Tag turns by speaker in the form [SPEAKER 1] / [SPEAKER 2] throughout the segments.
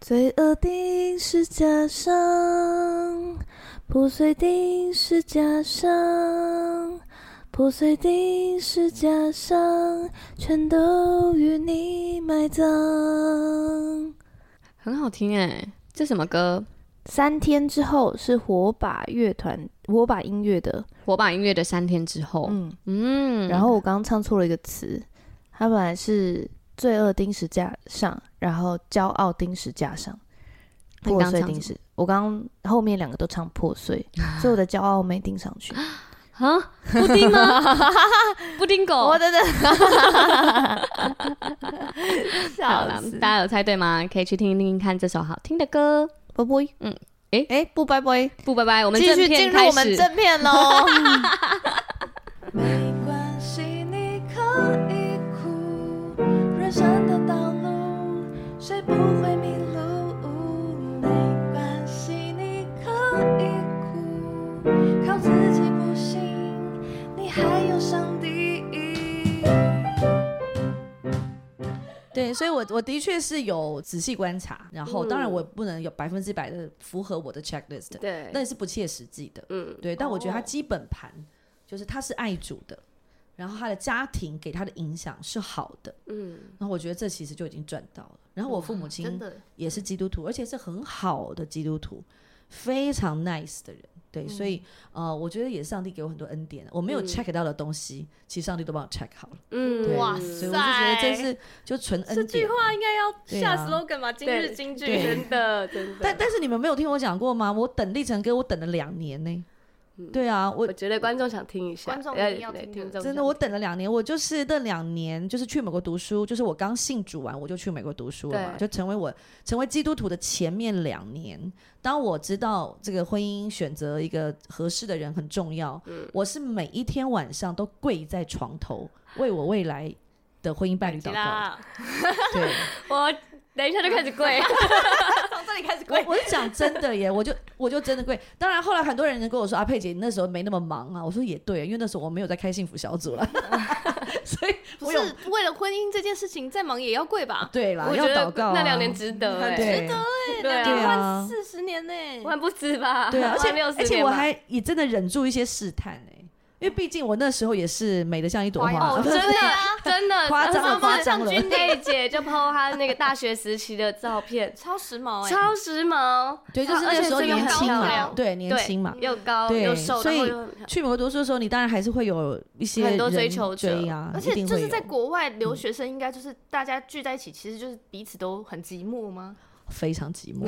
[SPEAKER 1] 罪恶定是假象，破碎定是假象，破碎定是假象，全都与你埋葬。
[SPEAKER 2] 很好听哎、这什么歌？
[SPEAKER 1] 三天之后是火把乐团火把音乐的，
[SPEAKER 2] 火把音乐的三天之后，
[SPEAKER 1] 嗯，
[SPEAKER 2] 嗯，
[SPEAKER 1] 然后我刚刚唱错了一个词，它本来是罪恶钉石架上，然后骄傲钉石架上，
[SPEAKER 2] 那你
[SPEAKER 1] 破
[SPEAKER 2] 刚刚
[SPEAKER 1] 碎
[SPEAKER 2] 唱
[SPEAKER 1] 钉
[SPEAKER 2] 什
[SPEAKER 1] 石。我刚刚后面两个都唱破 碎，所以我的骄傲没钉上去。
[SPEAKER 2] 啊，布丁吗？ 布丁狗
[SPEAKER 1] 我，等 等，
[SPEAKER 2] 好
[SPEAKER 1] 笑
[SPEAKER 2] 啦
[SPEAKER 1] 死！
[SPEAKER 2] 大家有猜对吗？可以去听一听看这首好听的歌。
[SPEAKER 1] 拜拜，
[SPEAKER 2] 嗯
[SPEAKER 1] 嗯，
[SPEAKER 2] 诶
[SPEAKER 1] 哎哎，不拜拜，
[SPEAKER 2] 不，拜拜，我们
[SPEAKER 1] 继
[SPEAKER 2] 正
[SPEAKER 1] 续
[SPEAKER 2] 片
[SPEAKER 1] 进入
[SPEAKER 2] 开
[SPEAKER 1] 我们
[SPEAKER 2] 始。
[SPEAKER 1] 正片 喽。
[SPEAKER 3] 没关系，你可以哭。人生的道路，谁不会迷路？没关系，你可以哭。靠自己不行，你还有上帝。
[SPEAKER 4] 对，所以我我的确是有仔细观察，然后当然我不能有百分之百的符合我的 checklist，
[SPEAKER 2] 嗯对
[SPEAKER 4] 那也是不切实际的。
[SPEAKER 2] 嗯，
[SPEAKER 4] 对，但我觉得他基本盘就是他是爱主的，然后他的家庭给他的影响是好的，
[SPEAKER 2] 嗯，
[SPEAKER 4] 然后我觉得这其实就已经赚到了。然后我父母亲
[SPEAKER 2] 的，
[SPEAKER 4] 也是基督徒，而且是很好的基督徒，非常 nice 的人。对，所以呃，我觉得也是上帝给我很多恩典。啊我没有
[SPEAKER 2] 嗯
[SPEAKER 4] check 到的东西，其实上帝都帮我 check 好了。
[SPEAKER 2] 嗯
[SPEAKER 4] 对，
[SPEAKER 5] 哇
[SPEAKER 4] 所以我就觉得这是就纯恩典。
[SPEAKER 5] 这句话应该
[SPEAKER 4] 对
[SPEAKER 5] 要
[SPEAKER 4] 啊
[SPEAKER 5] 下 slogan 吧？今日金句，
[SPEAKER 4] 对
[SPEAKER 5] 真的真的。
[SPEAKER 4] 但但是你们没有听我讲过吗？我等立成哥，我等了两年呢、对啊，我
[SPEAKER 5] 嗯我觉得观众想听一下，
[SPEAKER 1] 观众
[SPEAKER 5] 呃
[SPEAKER 1] 一定要听的
[SPEAKER 5] 听众
[SPEAKER 4] 真的
[SPEAKER 5] 想
[SPEAKER 4] 我等了两年，我就是那两年就是去美国读书，就是我刚信主完我就去美国读书了嘛，
[SPEAKER 5] 对
[SPEAKER 4] 就成为我成为基督徒的前面两年。当我知道这个婚姻选择一个合适的人很重要，
[SPEAKER 5] 嗯
[SPEAKER 4] 我是每一天晚上都跪在床头为我未来的婚姻伴侣祷
[SPEAKER 5] 听
[SPEAKER 4] 告。
[SPEAKER 5] 啦。
[SPEAKER 4] 对。
[SPEAKER 5] 我等一下就开始 跪，从这里开始
[SPEAKER 4] 我。我是讲真的耶，我就我就真的贵。当然后来很多人跟我说啊，佩姐你那时候没那么忙啊。我说也对，因为那时候我没有在开幸福小组了， 所以
[SPEAKER 5] 不
[SPEAKER 4] 我有
[SPEAKER 5] 是为了婚姻这件事情，再忙也要跪吧？
[SPEAKER 4] 对啦，
[SPEAKER 5] 我
[SPEAKER 4] 要
[SPEAKER 5] 觉
[SPEAKER 4] 祷
[SPEAKER 5] 得
[SPEAKER 4] 告、啊。
[SPEAKER 5] 那两年值得，哎
[SPEAKER 4] 对
[SPEAKER 5] 对
[SPEAKER 4] 对
[SPEAKER 5] 啊，
[SPEAKER 4] 啊，
[SPEAKER 1] 四十年呢，
[SPEAKER 5] 万不止吧？
[SPEAKER 4] 对啊，而且
[SPEAKER 5] 万六十
[SPEAKER 4] 而且
[SPEAKER 5] 年
[SPEAKER 4] 我
[SPEAKER 5] 吧
[SPEAKER 4] 还也真的忍住一些试探哎、因为毕竟我那时候也是美的像一朵花。
[SPEAKER 5] 哦，真的真的
[SPEAKER 4] 夸张了夸张了
[SPEAKER 5] 君佩姐就 PO 她那个大学时期的照片，
[SPEAKER 1] 超时髦
[SPEAKER 4] 欸
[SPEAKER 1] 哎，
[SPEAKER 5] 超时髦，
[SPEAKER 4] 对，就是
[SPEAKER 5] 哦而
[SPEAKER 4] 那
[SPEAKER 5] 且
[SPEAKER 4] 时候
[SPEAKER 5] 真的
[SPEAKER 4] 年
[SPEAKER 5] 很
[SPEAKER 4] 轻
[SPEAKER 5] 漂
[SPEAKER 4] 嘛，
[SPEAKER 5] 亮
[SPEAKER 4] 对，年轻嘛。
[SPEAKER 5] 又高
[SPEAKER 4] 对
[SPEAKER 5] 又瘦，
[SPEAKER 4] 所以
[SPEAKER 5] 然后又很漂亮
[SPEAKER 4] 去美国读书的时候，你当然还是会有一些
[SPEAKER 5] 很多追
[SPEAKER 4] 人
[SPEAKER 5] 求者
[SPEAKER 4] 追啊，
[SPEAKER 1] 而
[SPEAKER 4] 一
[SPEAKER 1] 且
[SPEAKER 4] 定
[SPEAKER 1] 就
[SPEAKER 4] 会
[SPEAKER 1] 是
[SPEAKER 4] 有嗯
[SPEAKER 1] 在国外留学生，应该就是大家聚在一起，其实就是彼此都很寂寞吗？
[SPEAKER 4] 非常寂寞，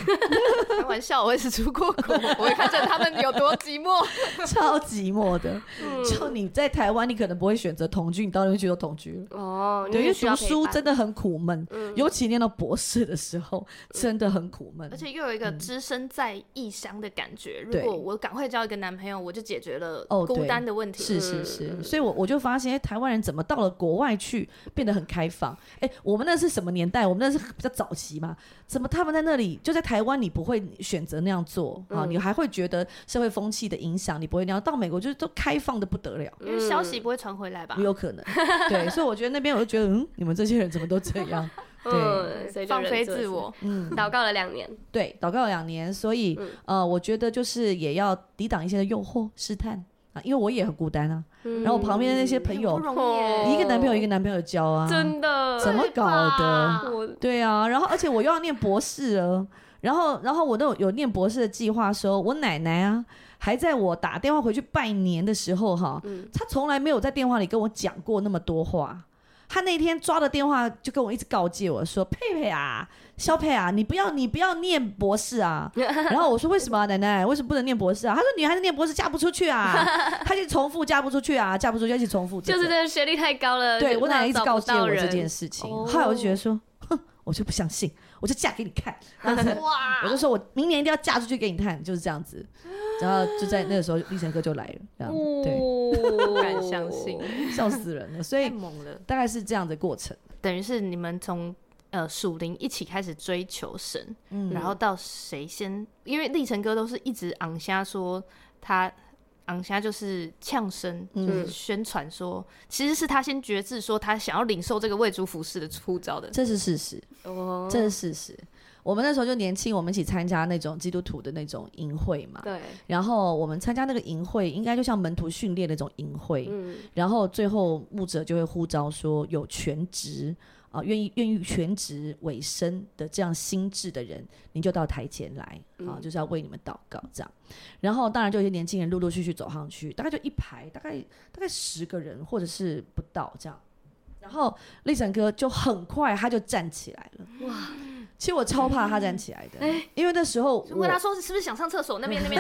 [SPEAKER 1] 开玩笑，我也是出过国，我会看见他们有多寂寞。
[SPEAKER 4] 超寂寞的。
[SPEAKER 1] 嗯
[SPEAKER 4] 就你在台湾，你可能不会选择同居，你到那边去就同居
[SPEAKER 1] 嗯
[SPEAKER 4] 了。
[SPEAKER 5] 哦，
[SPEAKER 4] 对，因为读书真
[SPEAKER 5] 的，
[SPEAKER 4] 的很苦闷，尤其念到博士的时候，真的很苦闷
[SPEAKER 1] 嗯而。且又有一个只身在异乡的感觉。如
[SPEAKER 4] 嗯对
[SPEAKER 1] 果我赶快交一个男朋友，我就解决了
[SPEAKER 4] 哦对
[SPEAKER 1] 孤单的问题。
[SPEAKER 4] 是是
[SPEAKER 1] 嗯
[SPEAKER 4] 是，所以我我就发现，哎，台湾人怎么到了国外去变得很开放？哎，我们那是什么年代？我们那是比较早期嘛，怎么他们在那里就在台湾，你不会选择那样做
[SPEAKER 1] 嗯
[SPEAKER 4] 啊？你还会觉得社会风气的影响，你不会那样。到美国就是都开放的不得了。
[SPEAKER 1] 因
[SPEAKER 5] 嗯
[SPEAKER 1] 为消息不会传回来吧？
[SPEAKER 4] 有可能，对，所以我觉得那边我就觉得，嗯，你们这些人怎么都这 样？对，
[SPEAKER 5] 嗯，所以就
[SPEAKER 1] 放
[SPEAKER 5] 忍
[SPEAKER 1] 飞
[SPEAKER 5] 住了
[SPEAKER 1] 自
[SPEAKER 5] 是不是
[SPEAKER 1] 我，
[SPEAKER 4] 嗯，
[SPEAKER 5] 祷告了两年，
[SPEAKER 4] 对，祷告了两年，所以、
[SPEAKER 5] 嗯
[SPEAKER 4] 呃，我觉得就是也要抵挡一些的诱惑、试探啊，因为我也很孤单啊。
[SPEAKER 5] 嗯
[SPEAKER 4] 然后我旁边的那些朋友
[SPEAKER 1] 很不，容易耶。
[SPEAKER 4] 一个男朋友一个男朋友交啊，
[SPEAKER 5] 真的
[SPEAKER 4] 怎么搞的？
[SPEAKER 5] 我
[SPEAKER 4] 对啊，然后而且我又要念博士了，然后然后我那种有念博士的计划的时候，我奶奶啊还在我打电话回去拜年的时候哈，她从来没有在电话里跟我讲过那么多话。她那天抓着电话就跟我一直告诫我说：“佩佩啊，肖佩啊，你不要你不要念博士啊。”然后我说：“为什么、啊、奶奶？为什么不能念博士啊？”她说：“女孩子念博士嫁不出去啊，她就重复嫁不出去啊，嫁不出去，一直重复这
[SPEAKER 5] 就
[SPEAKER 4] 个。”
[SPEAKER 5] 是真的学历太高了，
[SPEAKER 4] 对我奶奶一直
[SPEAKER 5] 找不
[SPEAKER 4] 告诫
[SPEAKER 5] 到
[SPEAKER 4] 我这
[SPEAKER 5] 人
[SPEAKER 4] 件事情，
[SPEAKER 5] 哦
[SPEAKER 4] 后来我就觉得说，哼，我就不相信，我就嫁给你看，然后
[SPEAKER 5] 啊
[SPEAKER 4] 我就说我明年一定要嫁出去给你看，就是这样子。然后就在那个时候，立成哥就来了，这样
[SPEAKER 5] 哦
[SPEAKER 4] 子对，
[SPEAKER 5] 不
[SPEAKER 1] 不敢相信，
[SPEAKER 4] 笑死人了。所
[SPEAKER 1] 太
[SPEAKER 4] 以
[SPEAKER 1] 猛了。
[SPEAKER 4] 大概是这样的过 程。
[SPEAKER 1] 等于是你们从呃属灵一起开始追求神，
[SPEAKER 4] 嗯
[SPEAKER 1] 然后到谁先？因为立成哥都是一直昂虾说他昂虾就是呛声，
[SPEAKER 4] 嗯
[SPEAKER 1] 就是宣传说、其实是他先觉知说他想要领受这个为主服饰的呼召的。
[SPEAKER 4] 这是事实，
[SPEAKER 5] 哦，
[SPEAKER 4] 这是事实。我们那时候就年轻，我们一起参加那种基督徒的那种营会嘛。
[SPEAKER 5] 对，
[SPEAKER 4] 然后我们参加那个营会，应该就像门徒训练那种营会。
[SPEAKER 5] 嗯，
[SPEAKER 4] 然后最后牧者就会呼召说，有全职啊，愿意愿意全职委身的这样心智的人，你就到台前来啊，
[SPEAKER 5] 嗯
[SPEAKER 4] 就是要为你们祷告这样。然后当然就有些年轻人陆陆续续走上去，大概就一排，大概大概十个人或者是不到这样。然后立成哥就很快他就站起来了，
[SPEAKER 5] 哇！哎
[SPEAKER 4] 其实我超怕他站起来的，因为那时候
[SPEAKER 5] 就
[SPEAKER 4] 我
[SPEAKER 5] 问他说是不是想上厕所？那边 那边，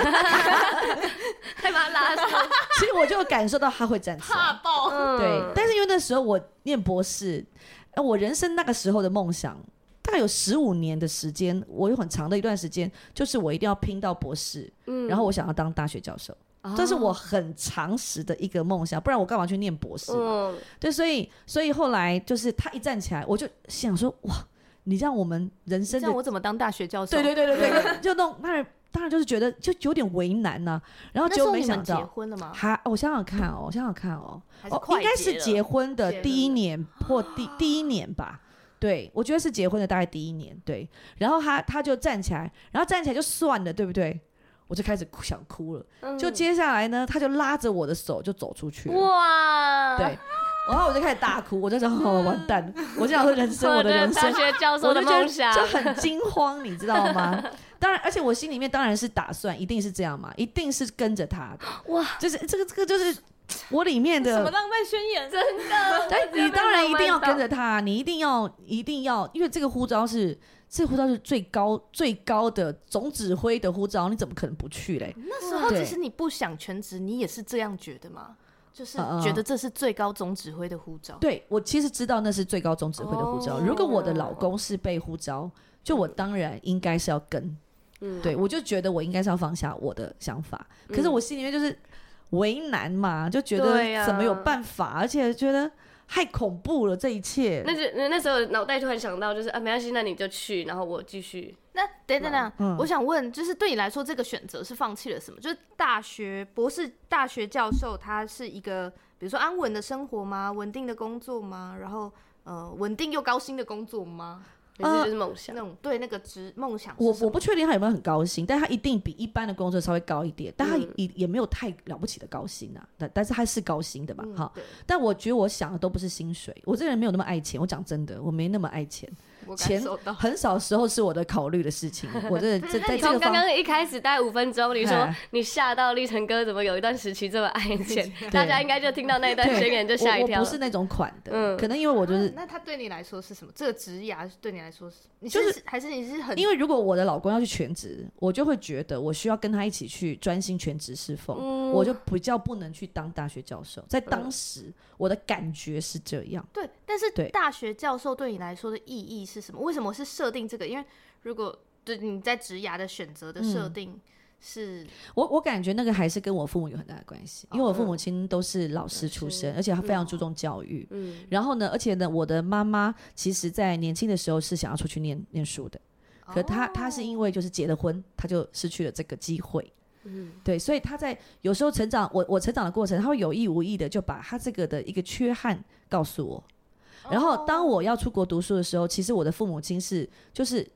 [SPEAKER 5] 还把他拉上，
[SPEAKER 4] 其实我就感受到他会站起来，
[SPEAKER 2] 怕爆，
[SPEAKER 5] 嗯
[SPEAKER 4] 对，但是因为那时候我念博士，呃我人生那个时候的梦想，大概有十五年的时间，我有很长的一段时间，就是我一定要拼到博士，
[SPEAKER 5] 嗯
[SPEAKER 4] 然后我想要当大学教授，
[SPEAKER 2] 啊
[SPEAKER 4] 这是
[SPEAKER 1] 哦
[SPEAKER 4] 我很长时的一个梦想，不然我干嘛去念博士？
[SPEAKER 5] 嗯，
[SPEAKER 4] 对，所以所以后来就是他一站起来，我就想说，哇，你让我们人
[SPEAKER 2] 这
[SPEAKER 4] 生的
[SPEAKER 2] 样我怎么当大学教授？
[SPEAKER 4] 对对对对 对，就弄当然当然就是觉得就有点为难呐、然后
[SPEAKER 2] 那时
[SPEAKER 4] 结果
[SPEAKER 2] 候
[SPEAKER 4] 没
[SPEAKER 2] 你们
[SPEAKER 4] 想
[SPEAKER 2] 结
[SPEAKER 4] 到。
[SPEAKER 2] 婚了吗？
[SPEAKER 4] 还，我想想看哦，我想想看哦，
[SPEAKER 2] 啊还是
[SPEAKER 4] 哦，
[SPEAKER 2] 快
[SPEAKER 4] 应该是
[SPEAKER 2] 了
[SPEAKER 4] 结婚的
[SPEAKER 5] 结了
[SPEAKER 4] 第一年或第第一年吧。对，我觉得是结婚的大概第一年。对，然后他他就站起来，然后站起来就算了，对不对？我就开始哭想哭了。
[SPEAKER 5] 嗯
[SPEAKER 4] 就接下来呢，他就拉着我的手就走出去了。
[SPEAKER 2] 哇，
[SPEAKER 4] 对，然后我就开始大哭，我就想，哦，完蛋了，我就想说人生，我
[SPEAKER 2] 我
[SPEAKER 4] 的
[SPEAKER 2] 的
[SPEAKER 4] 人
[SPEAKER 2] 大
[SPEAKER 4] 生。
[SPEAKER 2] 学教授
[SPEAKER 4] 我
[SPEAKER 2] 的
[SPEAKER 4] 就觉得
[SPEAKER 2] 梦想
[SPEAKER 4] 就很惊慌，你知道 吗？当然，而且我心里面当然是打算，一定是这样嘛，一定是跟着他的。
[SPEAKER 5] 哇，
[SPEAKER 4] 就是这个这个就是我里面的
[SPEAKER 2] 什么浪漫宣言？真的，
[SPEAKER 4] 但你当然一定要跟着
[SPEAKER 5] 着，
[SPEAKER 4] 他，你一定要一定要，因为这个呼召是这个呼召是最高最高的总指挥的呼召，你怎么可能不去嘞？
[SPEAKER 2] 那时候
[SPEAKER 4] 对
[SPEAKER 2] 其实你不想全职，你也是这样觉得吗？就是
[SPEAKER 4] 嗯嗯
[SPEAKER 2] 觉得这是最高总指挥的呼召。
[SPEAKER 4] 对我其实知道那是最高总指挥的呼召，
[SPEAKER 2] 哦
[SPEAKER 4] 如果我的老公是被呼召，就我当然应该是要跟，
[SPEAKER 5] 嗯，
[SPEAKER 4] 对我就觉得我应该是要放下我的想法，可是
[SPEAKER 5] 嗯
[SPEAKER 4] 我心里面就是为难嘛，就觉
[SPEAKER 5] 对
[SPEAKER 4] 得
[SPEAKER 5] 呀
[SPEAKER 4] 怎么有办法，而且觉得太恐怖了这一切。
[SPEAKER 5] 那就那那时候脑袋突然想到，就是啊，没关系，那你就去，然后我继续。
[SPEAKER 2] 那等等等，
[SPEAKER 4] 嗯
[SPEAKER 2] 我想问，就是对你来说，这个选择是放弃了什么？就是大学博士、大学教授，他是一个，比如说安稳的生活吗？稳定的工作吗？然后呃，稳定又高薪的工作吗？
[SPEAKER 5] 还是就是梦想
[SPEAKER 2] 那，
[SPEAKER 4] 哦
[SPEAKER 2] 种对那个职梦想是
[SPEAKER 4] 我
[SPEAKER 2] 什
[SPEAKER 4] 我
[SPEAKER 2] 么，
[SPEAKER 4] 不确定他有没有很高薪，但他一定比一般的工作稍微高一点，但他
[SPEAKER 5] 嗯
[SPEAKER 4] 也也没有太了不起的高薪啊，但但是他是高薪的
[SPEAKER 5] 嗯
[SPEAKER 4] 嘛，哈、
[SPEAKER 2] 对
[SPEAKER 4] 但我觉得我想的都不是薪水，我这个人没有那么爱钱，我讲真的，我没那么爱钱，
[SPEAKER 2] 我感
[SPEAKER 4] 钱
[SPEAKER 2] 受到。
[SPEAKER 4] 很少时候是我的考虑的事情， 我这这在
[SPEAKER 5] 哦你
[SPEAKER 4] 这
[SPEAKER 5] 从
[SPEAKER 4] 个方。
[SPEAKER 5] 刚刚一开始大概五分钟，你说
[SPEAKER 4] 哎
[SPEAKER 5] 你吓到立成哥怎么有一段时期这么 爱钱，大家应该就听到那一段
[SPEAKER 4] 对
[SPEAKER 5] 宣言就吓一
[SPEAKER 4] 我我
[SPEAKER 5] 跳了
[SPEAKER 4] 不。是那种款的，
[SPEAKER 5] 嗯
[SPEAKER 4] 可能因为我 就是
[SPEAKER 2] 啊那他对你来说是什么？这个职涯对你来说是，你、
[SPEAKER 4] 就是
[SPEAKER 2] 还是你是很
[SPEAKER 4] 因为如果我的老公要去全职，我就会觉得我需要跟他一起去专心全职侍奉，
[SPEAKER 5] 嗯
[SPEAKER 4] 我就比较不能去当大学教授。在当时，我的感觉是这样。
[SPEAKER 2] 对，但是
[SPEAKER 4] 对
[SPEAKER 2] 大学教授对你来说的意义是什么？为什么是设定这个？因为如果对你在职涯的选择的设
[SPEAKER 4] 嗯
[SPEAKER 2] 定是，
[SPEAKER 4] 我我感觉那个还是跟我父母有很大的关系，
[SPEAKER 5] 哦
[SPEAKER 4] 因为我父母亲都是老师出身，而且他非常注重教育。
[SPEAKER 5] 嗯，
[SPEAKER 4] 然后呢，而且呢，我的妈妈其实在年轻的时候是想要出去念念书的，可她
[SPEAKER 2] 哦
[SPEAKER 4] 她是因为就是结了婚，她就失去了这个机会。
[SPEAKER 5] 嗯
[SPEAKER 4] 对，所以他在有时候成长，我我成长的过程，他会有意无意的就把他这个的一个缺憾告诉我。然
[SPEAKER 2] 哦
[SPEAKER 4] 后当我要出国读书的时候，其实我的父母亲是就是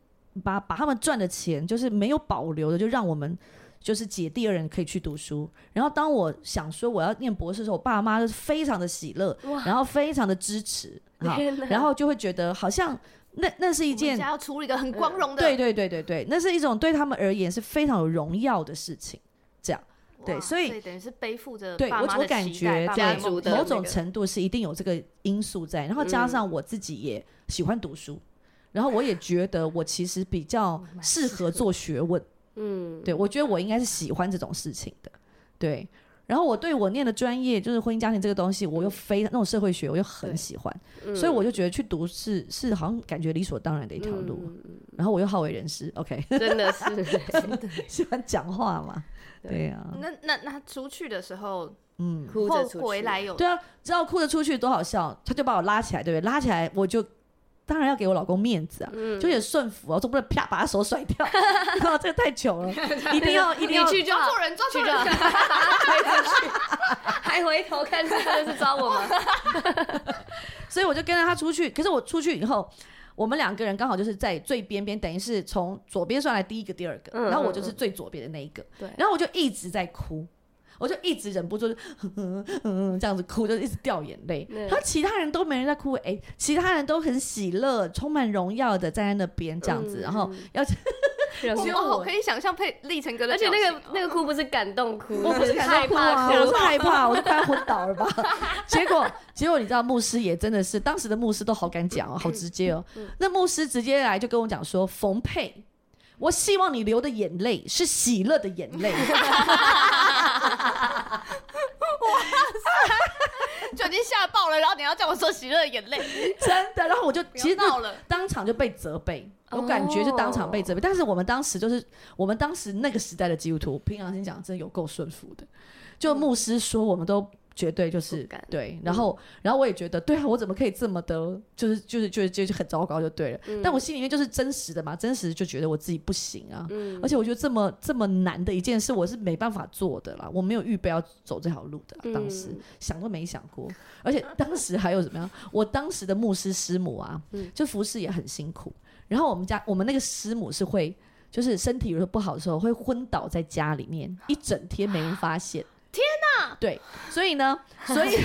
[SPEAKER 4] 把把他们赚的钱，就是没有保留的，就让我们就是姐弟二人可以去读书。然后当我想说我要念博士的时候，我爸妈就是非常的喜乐，然后非常的支持，哈，
[SPEAKER 5] 天哪
[SPEAKER 4] 然后就会觉得好像那那是一
[SPEAKER 2] 一
[SPEAKER 4] 件
[SPEAKER 2] 家要处理一个很光荣的，
[SPEAKER 4] 呃对对对对对，那是一种对他们而言是非常有荣耀的事情。这样，
[SPEAKER 2] 哇
[SPEAKER 4] 对所以
[SPEAKER 2] 等于是背负着
[SPEAKER 4] 对
[SPEAKER 2] 爸
[SPEAKER 4] 我
[SPEAKER 2] 妈
[SPEAKER 4] 我
[SPEAKER 2] 的
[SPEAKER 4] 感
[SPEAKER 2] 期
[SPEAKER 4] 觉
[SPEAKER 2] 待爸
[SPEAKER 4] 对
[SPEAKER 2] 妈的
[SPEAKER 5] 家族
[SPEAKER 2] 梦
[SPEAKER 5] 的
[SPEAKER 2] 想
[SPEAKER 4] 某
[SPEAKER 5] 那
[SPEAKER 4] 种
[SPEAKER 5] 个
[SPEAKER 4] 程度是一定有这个因素在，然后加
[SPEAKER 5] 嗯
[SPEAKER 4] 上我自己也喜欢读书，然后我也觉得我其实比较
[SPEAKER 2] 蛮
[SPEAKER 4] 适
[SPEAKER 2] 适
[SPEAKER 4] 合做学问，
[SPEAKER 5] 嗯，
[SPEAKER 4] 对我觉得我应该是喜欢这种事情的，对。然后我对我念的专业就是婚姻家庭这个东西，我又非那种社会学，我又很
[SPEAKER 2] 对
[SPEAKER 4] 喜欢，
[SPEAKER 5] 嗯，
[SPEAKER 4] 所以我就觉得去读是是好像感觉理所当然的一条路。
[SPEAKER 5] 嗯嗯
[SPEAKER 4] 然后我又好为人师，OK，
[SPEAKER 5] 嗯真 的是
[SPEAKER 4] 喜欢讲话嘛，
[SPEAKER 5] 对
[SPEAKER 4] 对呀、啊，
[SPEAKER 2] 那那那他出去的时 候，
[SPEAKER 4] 嗯，
[SPEAKER 5] 哭着
[SPEAKER 2] 后
[SPEAKER 5] 出去
[SPEAKER 2] 回来，有
[SPEAKER 4] 对啊，知道哭着出去多好笑，他就把我拉起来，对不对？拉起来我就当然要给我老公面子啊，
[SPEAKER 5] 嗯
[SPEAKER 4] 就也顺服啊，我总不能啪把他手甩掉， 哦，这个太糗 了，一定要一定要
[SPEAKER 5] 你去就
[SPEAKER 2] 抓
[SPEAKER 5] 好
[SPEAKER 2] 错，人，抓
[SPEAKER 5] 去
[SPEAKER 2] 错
[SPEAKER 5] 就
[SPEAKER 2] 人
[SPEAKER 5] 好，，还回头看是真的是抓我吗？
[SPEAKER 4] 所以我就跟着他出去。可是我出去以后，我们两个人刚好就是在最边边，等于是从左边算来第一个、第二个，
[SPEAKER 5] 嗯
[SPEAKER 4] 然后我
[SPEAKER 5] 嗯
[SPEAKER 4] 就是最左边的那一个，
[SPEAKER 5] 对
[SPEAKER 4] 然后我就一直在哭。我就一直忍不住就嗯这样子哭，就一直掉眼泪。
[SPEAKER 5] 对
[SPEAKER 4] 然后其他人都没人在哭，哎、其他人都很喜乐、充满荣耀的站在那边 这样子，
[SPEAKER 5] 嗯
[SPEAKER 4] 然后
[SPEAKER 5] 嗯
[SPEAKER 4] 要
[SPEAKER 5] 然后
[SPEAKER 4] 只有
[SPEAKER 2] 哦，
[SPEAKER 4] 我
[SPEAKER 2] 可以想象配历程哥的
[SPEAKER 5] 而
[SPEAKER 2] 表
[SPEAKER 5] 且
[SPEAKER 2] 情哦，
[SPEAKER 5] 那个那个哭不是感动哭，
[SPEAKER 4] 我不是感
[SPEAKER 5] 害
[SPEAKER 4] 动哭啊，
[SPEAKER 5] 怕
[SPEAKER 4] 我是害 怕，我就快昏倒了吧。结果，结果你知道，牧师也真的是，当时的牧师都好敢讲
[SPEAKER 5] 嗯
[SPEAKER 4] 哦，好直接哦。那牧师直接来就跟我讲说：“冯佩，我希望你流的眼泪是喜乐的眼 泪。
[SPEAKER 2] 就已经吓爆了，然后你要叫我说喜乐的眼 泪，”
[SPEAKER 4] 真的，然后我就其实
[SPEAKER 2] 不要闹了，
[SPEAKER 4] 当场就被责备，
[SPEAKER 5] 哦
[SPEAKER 4] 我感觉就当场被责备。但是我们当时就是我们当时那个时代的基督徒，平常心讲，真的有够顺服的。就牧师说，我们都绝对就是
[SPEAKER 5] 不敢嗯
[SPEAKER 4] 对。然后，然后我也觉得，对啊，我怎么可以这么的，就是就是就是就是很糟糕就对了。
[SPEAKER 5] 嗯
[SPEAKER 4] 但我心里面就是真实的嘛，真实就觉得我自己不行啊。
[SPEAKER 5] 嗯
[SPEAKER 4] 而且我觉得这么这么难的一件事，我是没办法做的啦，我没有预备要走这条路的啦。当时、
[SPEAKER 5] 嗯
[SPEAKER 4] 想都没想过，而且当时还有怎么样？我当时的牧师师母啊，就服侍也很辛苦。然后我们家我们那个师母是会，就是身体有时候不好的时候会昏倒在家里面一整天没人发现。天哪！对，所以呢，所以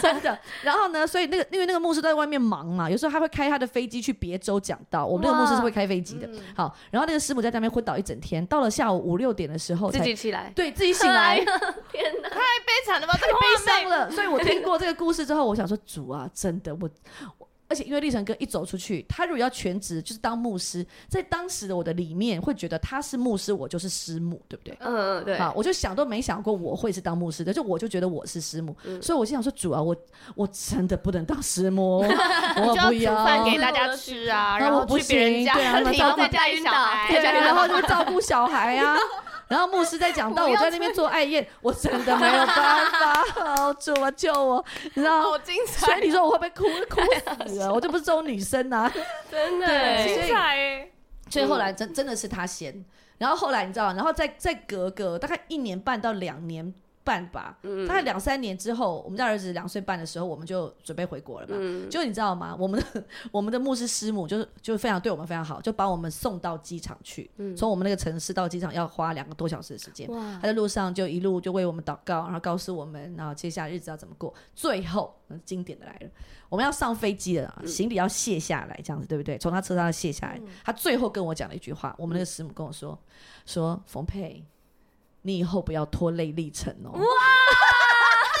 [SPEAKER 4] 真的，然后呢，所以那个因为那个牧师都在外面忙嘛，有时候他会开他的飞机去别州讲道。我们那个牧师是会开飞机的。好，然后那个师母在那边昏倒一整天，到了下午五六点的时候
[SPEAKER 5] 自
[SPEAKER 4] 才
[SPEAKER 5] 己起来，
[SPEAKER 4] 对自己醒来
[SPEAKER 5] 哎，呀天哪！
[SPEAKER 2] 太悲惨了吧，这
[SPEAKER 4] 太
[SPEAKER 2] 个
[SPEAKER 4] 悲
[SPEAKER 2] 画
[SPEAKER 4] 伤
[SPEAKER 2] 面。
[SPEAKER 4] 了。所以我听过这个故事之后，我想说，主啊，真的我。我而且因为立成哥一走出去，他如果要全职就是当牧师，在当时的我的里面会觉得他是牧师，我就是师母，对不对？
[SPEAKER 5] 嗯嗯对，
[SPEAKER 4] 啊，我就想都没想过我会是当牧师的，就我就觉得我是师母，
[SPEAKER 2] 嗯
[SPEAKER 4] 所以我就想说主啊，我我真的不能当 师母，哦我
[SPEAKER 2] 就要
[SPEAKER 4] 不
[SPEAKER 2] 煮
[SPEAKER 4] 要，
[SPEAKER 2] 饭给大家吃啊，
[SPEAKER 4] 那
[SPEAKER 2] 然
[SPEAKER 4] 我
[SPEAKER 2] 后
[SPEAKER 4] 不
[SPEAKER 2] 去别人
[SPEAKER 4] 行
[SPEAKER 2] 家
[SPEAKER 4] 对啊
[SPEAKER 2] 里，然
[SPEAKER 4] 那
[SPEAKER 2] 后再
[SPEAKER 5] 照顾
[SPEAKER 2] 带小孩，
[SPEAKER 4] 对，
[SPEAKER 5] 家里
[SPEAKER 4] 然后就照顾小孩啊。然后牧师在讲到
[SPEAKER 5] 不
[SPEAKER 4] 我
[SPEAKER 5] 要
[SPEAKER 4] 在那边做爱宴，我真的没有办法，哦主啊救我，你知道
[SPEAKER 2] 好精
[SPEAKER 4] 所以
[SPEAKER 2] 彩，
[SPEAKER 4] 你说我会被哭哭死啊！我就不是这种女生啊。
[SPEAKER 5] 真的
[SPEAKER 4] 对
[SPEAKER 5] 哎
[SPEAKER 4] 所以
[SPEAKER 2] 哎！
[SPEAKER 4] 所以后来真真的是他先，然后后来你知道，然后再再隔个大概一年半到两年半吧，大概两三年之后，我们家儿子两岁半的时候，我们就准备回国了嘛。就你知道吗？我们的 我们的牧师师母就是就非常对我们非常好，就把我们送到机场去，从我们那个城市到机场要花两个多小时的时间。他在路上就一路就为我们祷告，然后告诉我们，然后接下来日子要怎么过。最后，嗯经典的来了，我们要上飞机了啊，行李要卸下来，这样子对不对？从他车上要卸下来。他最后跟我讲了一句话，我们那个师母跟我说，说冯佩，你以后不要拖累历程哦。哇，你拖累谁啊？啊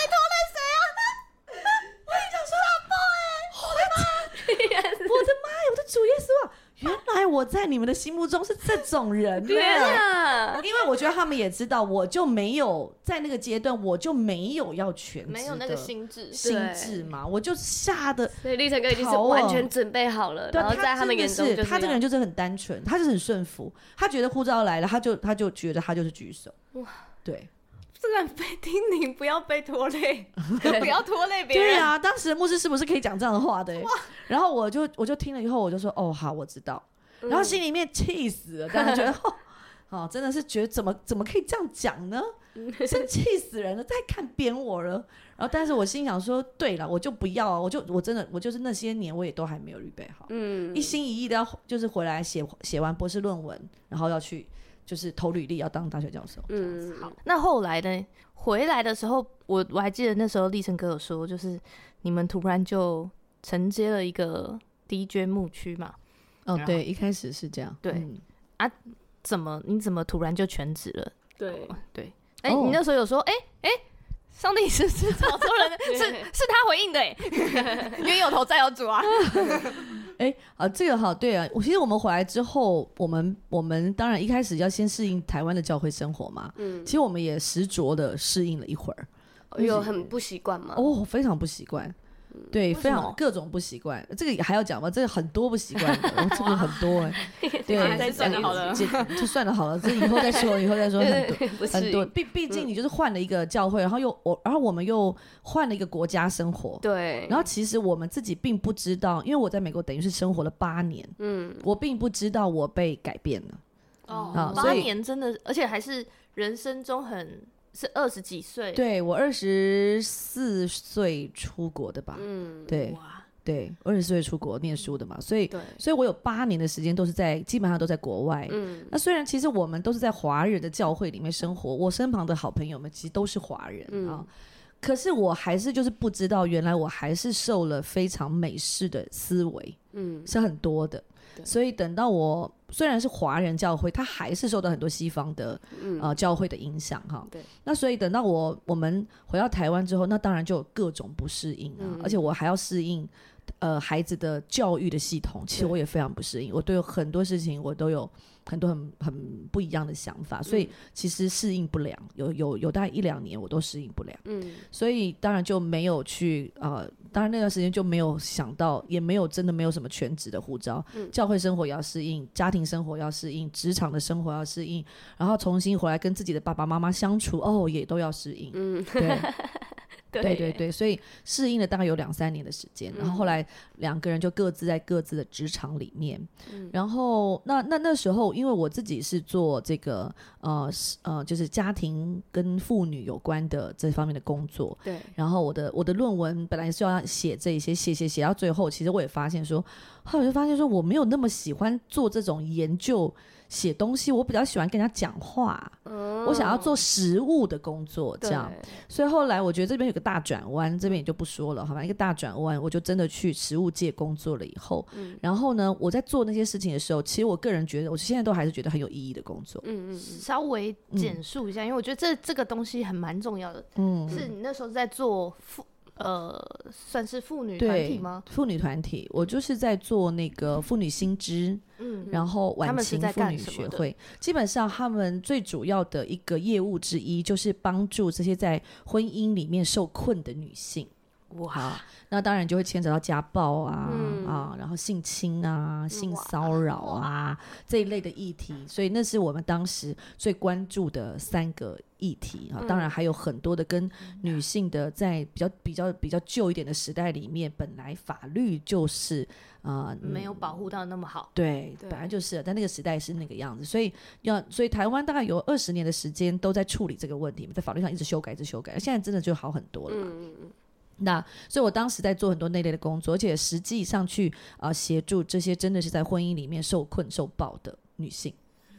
[SPEAKER 4] 我也想说他爆哎！我的妈呀！我的主耶稣啊！原来我在你们的心目中是这种 人呢、
[SPEAKER 5] 天哪！
[SPEAKER 4] 因为我觉得他们也知道，我就没有在那个阶段，我就没有要全职
[SPEAKER 2] 没有那个心智，
[SPEAKER 4] 心智嘛，我就吓得，
[SPEAKER 5] 所以立成哥已经是
[SPEAKER 4] 逃哦
[SPEAKER 5] 完全准备好了，
[SPEAKER 4] 对啊
[SPEAKER 5] 然后在
[SPEAKER 4] 他
[SPEAKER 5] 们
[SPEAKER 4] 真的
[SPEAKER 5] 眼中
[SPEAKER 4] 是
[SPEAKER 5] 就是
[SPEAKER 4] 他这个
[SPEAKER 5] 要
[SPEAKER 4] 人就是很单纯，他就是很顺服，他觉得护照来了，他就他就觉得他就是举手，对。
[SPEAKER 2] 这个很被叮咛，不要被拖累，不要拖累别
[SPEAKER 4] 对
[SPEAKER 2] 人。
[SPEAKER 4] 啊，当时的牧师是不是可以讲这样的话的欸、然后我就我就听了以后，我就说哦好，我知道。然后心里面气死了，但是觉得哦，哦真的是觉得怎么怎么可以这样讲呢？真气死人了，太看扁我了。然后但是我心想说，对了，我就不要啊，我就我真的我就是那些年我也都还没有预备好，
[SPEAKER 5] 嗯
[SPEAKER 4] 一心一意的要就是回来写写完博士论文，然后要去就是投履历要当大学教授。
[SPEAKER 5] 嗯
[SPEAKER 2] 好，那后来呢？回来的时候，我我还记得那时候立成哥有说，就是你们突然就承接了一个 DJ 牧区嘛，
[SPEAKER 4] 哦
[SPEAKER 2] 然
[SPEAKER 4] 对，一开始是这样。
[SPEAKER 2] 对
[SPEAKER 4] 嗯
[SPEAKER 2] 怎么你怎么突然就全职了？
[SPEAKER 5] 对，
[SPEAKER 2] 对，哎、
[SPEAKER 4] 哦
[SPEAKER 2] 你那时候有说，哎、哎、上帝是是找错人的，是 是他回应的、哎，冤有头债有主啊，
[SPEAKER 4] 哎、啊，这个好，对啊，我其实我们回来之后，我们我们当然一开始要先适应台湾的教会生活嘛，
[SPEAKER 5] 嗯
[SPEAKER 4] 其，实我们也实着的适应了一会儿，
[SPEAKER 5] 有很不习惯嘛，
[SPEAKER 4] 哦，非常不习惯。
[SPEAKER 5] 嗯
[SPEAKER 4] 对，非
[SPEAKER 2] 什
[SPEAKER 4] 常
[SPEAKER 2] 么
[SPEAKER 4] 各种不习惯，这个也还要讲吗？这个很多不习惯的，哦这个很多哎、
[SPEAKER 5] 还
[SPEAKER 4] 对，
[SPEAKER 5] 是算了好了
[SPEAKER 4] 就，就就算了好了，这以后再说，以后再 说，很多
[SPEAKER 5] 不
[SPEAKER 4] 很
[SPEAKER 5] 是
[SPEAKER 4] 多，毕毕
[SPEAKER 5] 嗯
[SPEAKER 4] 竟你就是换了一个教会，然后又我，然后我们又换了一个国家生活，
[SPEAKER 5] 对，
[SPEAKER 4] 然后其实我们自己并不知道，因为我在美国等于是生活了八年，
[SPEAKER 5] 嗯
[SPEAKER 4] 我并不知道我被改变了。
[SPEAKER 2] 哦
[SPEAKER 4] 所
[SPEAKER 2] 八
[SPEAKER 4] 以
[SPEAKER 2] 年真的，而且还是人生中很是二十几岁，
[SPEAKER 4] 对我二十四岁出国的吧？
[SPEAKER 5] 嗯，
[SPEAKER 4] 对，
[SPEAKER 2] 哇，
[SPEAKER 4] 对，二十岁出国念书的嘛，所以，
[SPEAKER 5] 对，
[SPEAKER 4] 所以我有八年的时间都是在，基本上都在国外。
[SPEAKER 5] 嗯，
[SPEAKER 4] 那虽然其实我们都是在华人的教会里面生活，我身旁的好朋友们其实都是华人啊、
[SPEAKER 5] 嗯
[SPEAKER 4] 可是我还是就是不知道，原来我还是受了非常美式的思维，
[SPEAKER 5] 嗯，
[SPEAKER 4] 是很多的。
[SPEAKER 5] 对
[SPEAKER 4] 所以等到我虽然是华人教会，它还是受到很多西方的
[SPEAKER 5] 嗯，
[SPEAKER 4] 呃教会的影响哈。
[SPEAKER 5] 对，
[SPEAKER 4] 那所以等到我我们回到台湾之后，那当然就有各种不适应啊，
[SPEAKER 5] 嗯
[SPEAKER 4] 而且我还要适应呃孩子的教育的系统，其实
[SPEAKER 5] 对
[SPEAKER 4] 我也非常不适应，我对很多事情我都有很多很很不一样的想法，所以
[SPEAKER 5] 嗯
[SPEAKER 4] 其实适应不良，有有有大概一两年我都适应不良，
[SPEAKER 5] 嗯，
[SPEAKER 4] 所以当然就没有去呃，当然那段时间就没有想到，也没有真的没有什么全职的护照，
[SPEAKER 5] 嗯
[SPEAKER 4] 教会生活也要适应，家庭生活要适应，职场的生活要适应，然后重新回来跟自己的爸爸妈妈相处，哦，也都要适应。
[SPEAKER 5] 嗯，
[SPEAKER 4] 对
[SPEAKER 5] 对
[SPEAKER 4] 对对，对，所以适应了大概有两三年的时间，
[SPEAKER 5] 嗯
[SPEAKER 4] 然后后来两个人就各自在各自的职场里面，
[SPEAKER 5] 嗯
[SPEAKER 4] 然后那那那时候，因为我自己是做这个呃是呃，就是家庭跟妇女有关的这方面的工作，
[SPEAKER 5] 对，
[SPEAKER 4] 然后我的我的论文本来是要写这一些，写写写到最后，其实我也发现说，后来我就发现说我没有那么喜欢做这种研究写东西，我比较喜欢跟人家讲话，我
[SPEAKER 2] 哦
[SPEAKER 5] 我
[SPEAKER 4] 想要做实务的工作这样。，所以后来我觉得这边有个大转弯，这边也就不说了，好吧？一个大转弯，我就真的去食物界工作了以后，
[SPEAKER 5] 嗯
[SPEAKER 4] 然后呢，我在做那些事情的时候，其实我个人觉得，我现在都还是觉得很有意义的工作。
[SPEAKER 5] 嗯嗯
[SPEAKER 2] 稍微简述一下，因为我觉得这这个东西还蛮重要的。
[SPEAKER 4] 嗯，
[SPEAKER 2] 是你那时候在做妇呃，算是妇女团体
[SPEAKER 4] 对
[SPEAKER 2] 吗？，
[SPEAKER 4] 妇女团体，我就是在做那个妇女新知，
[SPEAKER 2] 嗯，
[SPEAKER 4] 然后
[SPEAKER 2] 他
[SPEAKER 4] 晚
[SPEAKER 2] 们是
[SPEAKER 4] 晴
[SPEAKER 2] 在
[SPEAKER 4] 妇
[SPEAKER 2] 干
[SPEAKER 4] 女
[SPEAKER 2] 什
[SPEAKER 4] 学
[SPEAKER 2] 么的
[SPEAKER 4] 会，基本上他们最主要的一个业务之一就是帮助这些在婚姻里面受困的女性。
[SPEAKER 5] 哇，
[SPEAKER 4] 啊，那当然就会牵扯到家暴啊、
[SPEAKER 5] 嗯
[SPEAKER 4] 啊，然后性侵
[SPEAKER 2] 嗯
[SPEAKER 4] 啊、性骚扰啊这一类的议题，所以那是我们当时最关注的三个议题啊。当
[SPEAKER 2] 嗯
[SPEAKER 4] 然还有很多的跟女性的在比较比较比较旧一点的时代里面，本来法律就是啊、呃、
[SPEAKER 2] 没有保护到那么好。
[SPEAKER 4] 对，
[SPEAKER 5] 对
[SPEAKER 4] 本来就是，但那个时代是那个样子，所以要，所以台湾大概有二十年的时间都在处理这个问题，在法律上一直修改，一直修改，现在真的就好很多了嘛。
[SPEAKER 5] 嗯
[SPEAKER 4] 那所以，我当时在做很多那类的工作，而且实际上去啊协、助这些真的是在婚姻里面受困受暴的女性，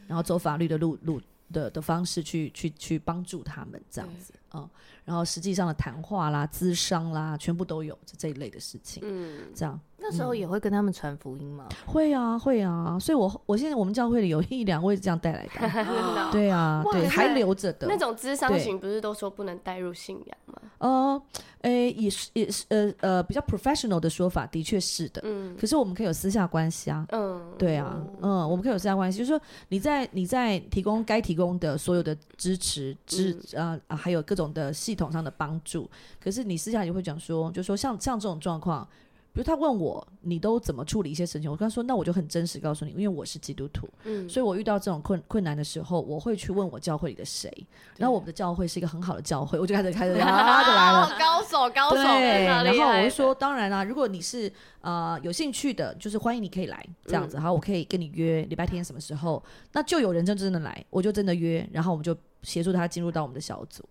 [SPEAKER 4] 然后走法律的路路的的方式去去去帮助她们这样子啊、嗯然后实际上的谈话啦、咨商啦，全部都有这这一类的事情，
[SPEAKER 5] 嗯
[SPEAKER 4] 这样。
[SPEAKER 2] 那时候也会跟他们传福音吗？
[SPEAKER 4] 会啊，会啊，所以我我现在我们教会里有一两位这样带来的，
[SPEAKER 5] 嗯，
[SPEAKER 4] 对啊，
[SPEAKER 5] 哇
[SPEAKER 4] 对，
[SPEAKER 5] 塞
[SPEAKER 4] 还留着的
[SPEAKER 5] 那。种智商型不是都说不能带入信仰吗？
[SPEAKER 4] 呃，诶，也是也是呃呃，比较 professional 的说法，的确是的。
[SPEAKER 5] 嗯
[SPEAKER 4] 可是我们可以有私下关系啊，
[SPEAKER 5] 嗯，
[SPEAKER 4] 对啊，嗯，我们可以有私下关系，就是说你在你在提供该提供的所有的支持、支
[SPEAKER 5] 嗯
[SPEAKER 4] 啊、啊，还有各种的系统上的帮助，可是你私下也会讲说，就说像像这种状况。比如他问我，你都怎么处理一些事情？我跟他说，那我就很真实告诉你，因为我是基督徒，
[SPEAKER 5] 嗯，
[SPEAKER 4] 所以我遇到这种困困难的时候，我会去问我教会里的谁，然后我们的教会是一个很好的教会，我就开始开始啊就来了，
[SPEAKER 5] 高手高手，
[SPEAKER 4] 对，
[SPEAKER 5] 然
[SPEAKER 4] 然后我就说，当然啦、啊如果你是呃有兴趣的，就是欢迎你可以来这样子，好，我可以跟你约礼拜天什么时候，那就有人真真的来，我就真的约，然后我们就协助他进入到我们的小组，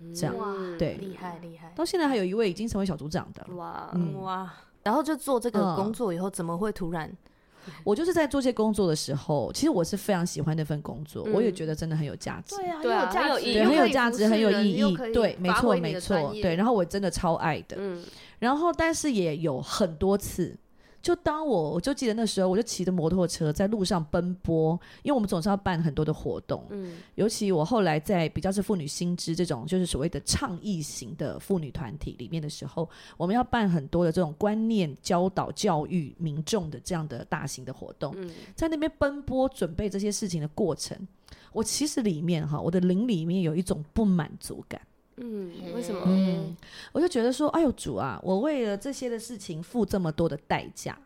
[SPEAKER 5] 嗯
[SPEAKER 4] 这样
[SPEAKER 2] 哇，
[SPEAKER 4] 对
[SPEAKER 2] 厉害厉害。
[SPEAKER 4] 到现在还有一位已经成为小组长的，
[SPEAKER 5] 哇，
[SPEAKER 4] 嗯，
[SPEAKER 2] 哇，然后就做这个
[SPEAKER 4] 嗯
[SPEAKER 2] 工作以后，怎么会突然？
[SPEAKER 4] 我就是在做这些工作的时候，其实我是非常喜欢那份工作，我也
[SPEAKER 5] 嗯
[SPEAKER 4] 觉得真的很有价值，
[SPEAKER 2] 啊
[SPEAKER 5] 对啊很有意义
[SPEAKER 4] 对，很
[SPEAKER 5] 又
[SPEAKER 4] 有价值，很有意义，对，没错，没错，对。然后我真的超爱的，
[SPEAKER 5] 嗯
[SPEAKER 4] 然后但是也有很多次，就当我我就记得那时候，我就骑着摩托车在路上奔波，因为我们总是要办很多的活动，
[SPEAKER 5] 嗯
[SPEAKER 4] 尤其我后来在比较是妇女新知这种就是所谓的倡议型的妇女团体里面的时候，我们要办很多的这种观念教导、教育民众的这样的大型的活动。
[SPEAKER 5] 嗯
[SPEAKER 4] 在那边奔波准备这些事情的过程，我其实里面哈，我的灵里面有一种不满足感。
[SPEAKER 5] 嗯，为什么？
[SPEAKER 4] 嗯，我就觉得说，哎呦主啊，我为了这些的事情付这么多的代价，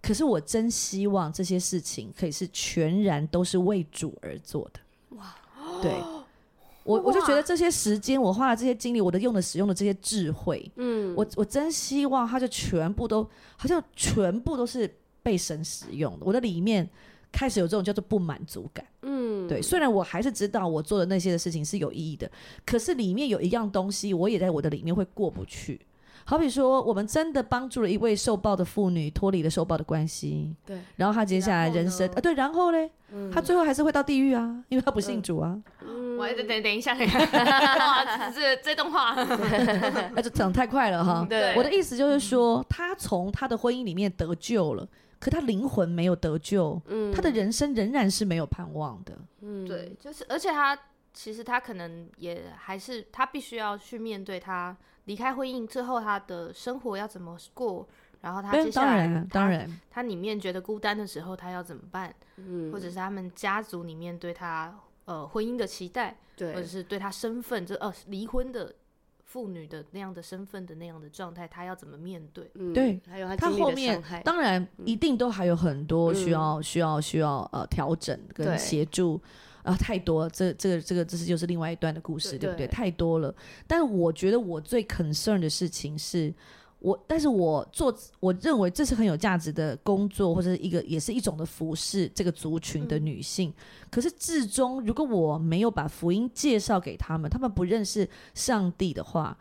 [SPEAKER 4] 可是我真希望这些事情可以是全然都是为主而做的。哇，对。我我就觉得这些时间，我花了这些精力，我的用的使用的这些智慧，
[SPEAKER 5] 嗯，
[SPEAKER 4] 我我真希望它就全部都好像全部都是被神使用的。我的里面开始有这种叫做不满足感。
[SPEAKER 5] 嗯
[SPEAKER 4] 对，虽然我还是知道我做的那些的事情是有意义的，可是里面有一样东西，我也在我的里面会过不去。好比说，我们真的帮助了一位受暴的妇女脱离了受暴的关系，
[SPEAKER 5] 对，
[SPEAKER 4] 然后她接下来人生
[SPEAKER 2] 然后呢嗯
[SPEAKER 4] 啊，对，然后嘞，她最后还是会到地狱啊，因为她不信主啊，
[SPEAKER 5] 嗯
[SPEAKER 2] 我还等等等一下，等 一下，这这动 画，
[SPEAKER 4] 那就讲太快了
[SPEAKER 2] 嗯
[SPEAKER 4] 哈。
[SPEAKER 5] 对，
[SPEAKER 4] 我的意思就是说，她从她的婚姻里面得救了，可她灵魂没有得救，
[SPEAKER 5] 嗯
[SPEAKER 4] 她的人生仍然是没有盼望的。
[SPEAKER 5] 嗯
[SPEAKER 2] 对，就是，而且他其实他可能也还是他必须要去面对他离开婚姻之后他的生活要怎么过，然后他接
[SPEAKER 4] 对，啊
[SPEAKER 2] 下
[SPEAKER 4] 当
[SPEAKER 2] 来
[SPEAKER 4] 然，
[SPEAKER 2] 他
[SPEAKER 4] 当然，
[SPEAKER 2] 他里面觉得孤单的时候他要怎么办，
[SPEAKER 5] 嗯
[SPEAKER 2] 或者是他们家族里面对他呃婚姻的期待，或者
[SPEAKER 5] 对
[SPEAKER 2] 是对他身份这呃离婚的妇女的那样的身份的那样的状态，他要怎么面对？
[SPEAKER 5] 嗯
[SPEAKER 4] 对
[SPEAKER 5] 还有他
[SPEAKER 4] 他
[SPEAKER 5] 经历
[SPEAKER 4] 后
[SPEAKER 5] 的
[SPEAKER 4] 面
[SPEAKER 5] 伤害，
[SPEAKER 4] 当然一定都还有很多需
[SPEAKER 5] 嗯
[SPEAKER 4] 要、需要需要呃调整跟
[SPEAKER 5] 对
[SPEAKER 4] 协助啊、太多，这这个这个这是就是另外一段的故事，对
[SPEAKER 5] 对
[SPEAKER 4] 不对？
[SPEAKER 5] 对
[SPEAKER 4] 太多了。但我觉得我最 concern 的事情是。我，但是我做，我认为这是很有价值的工作，或者是一个也是一种的服饰，这个族群的
[SPEAKER 2] 嗯
[SPEAKER 4] 女性。可是至终，如果我没有把福音介绍给他们，他们不认识上帝的话，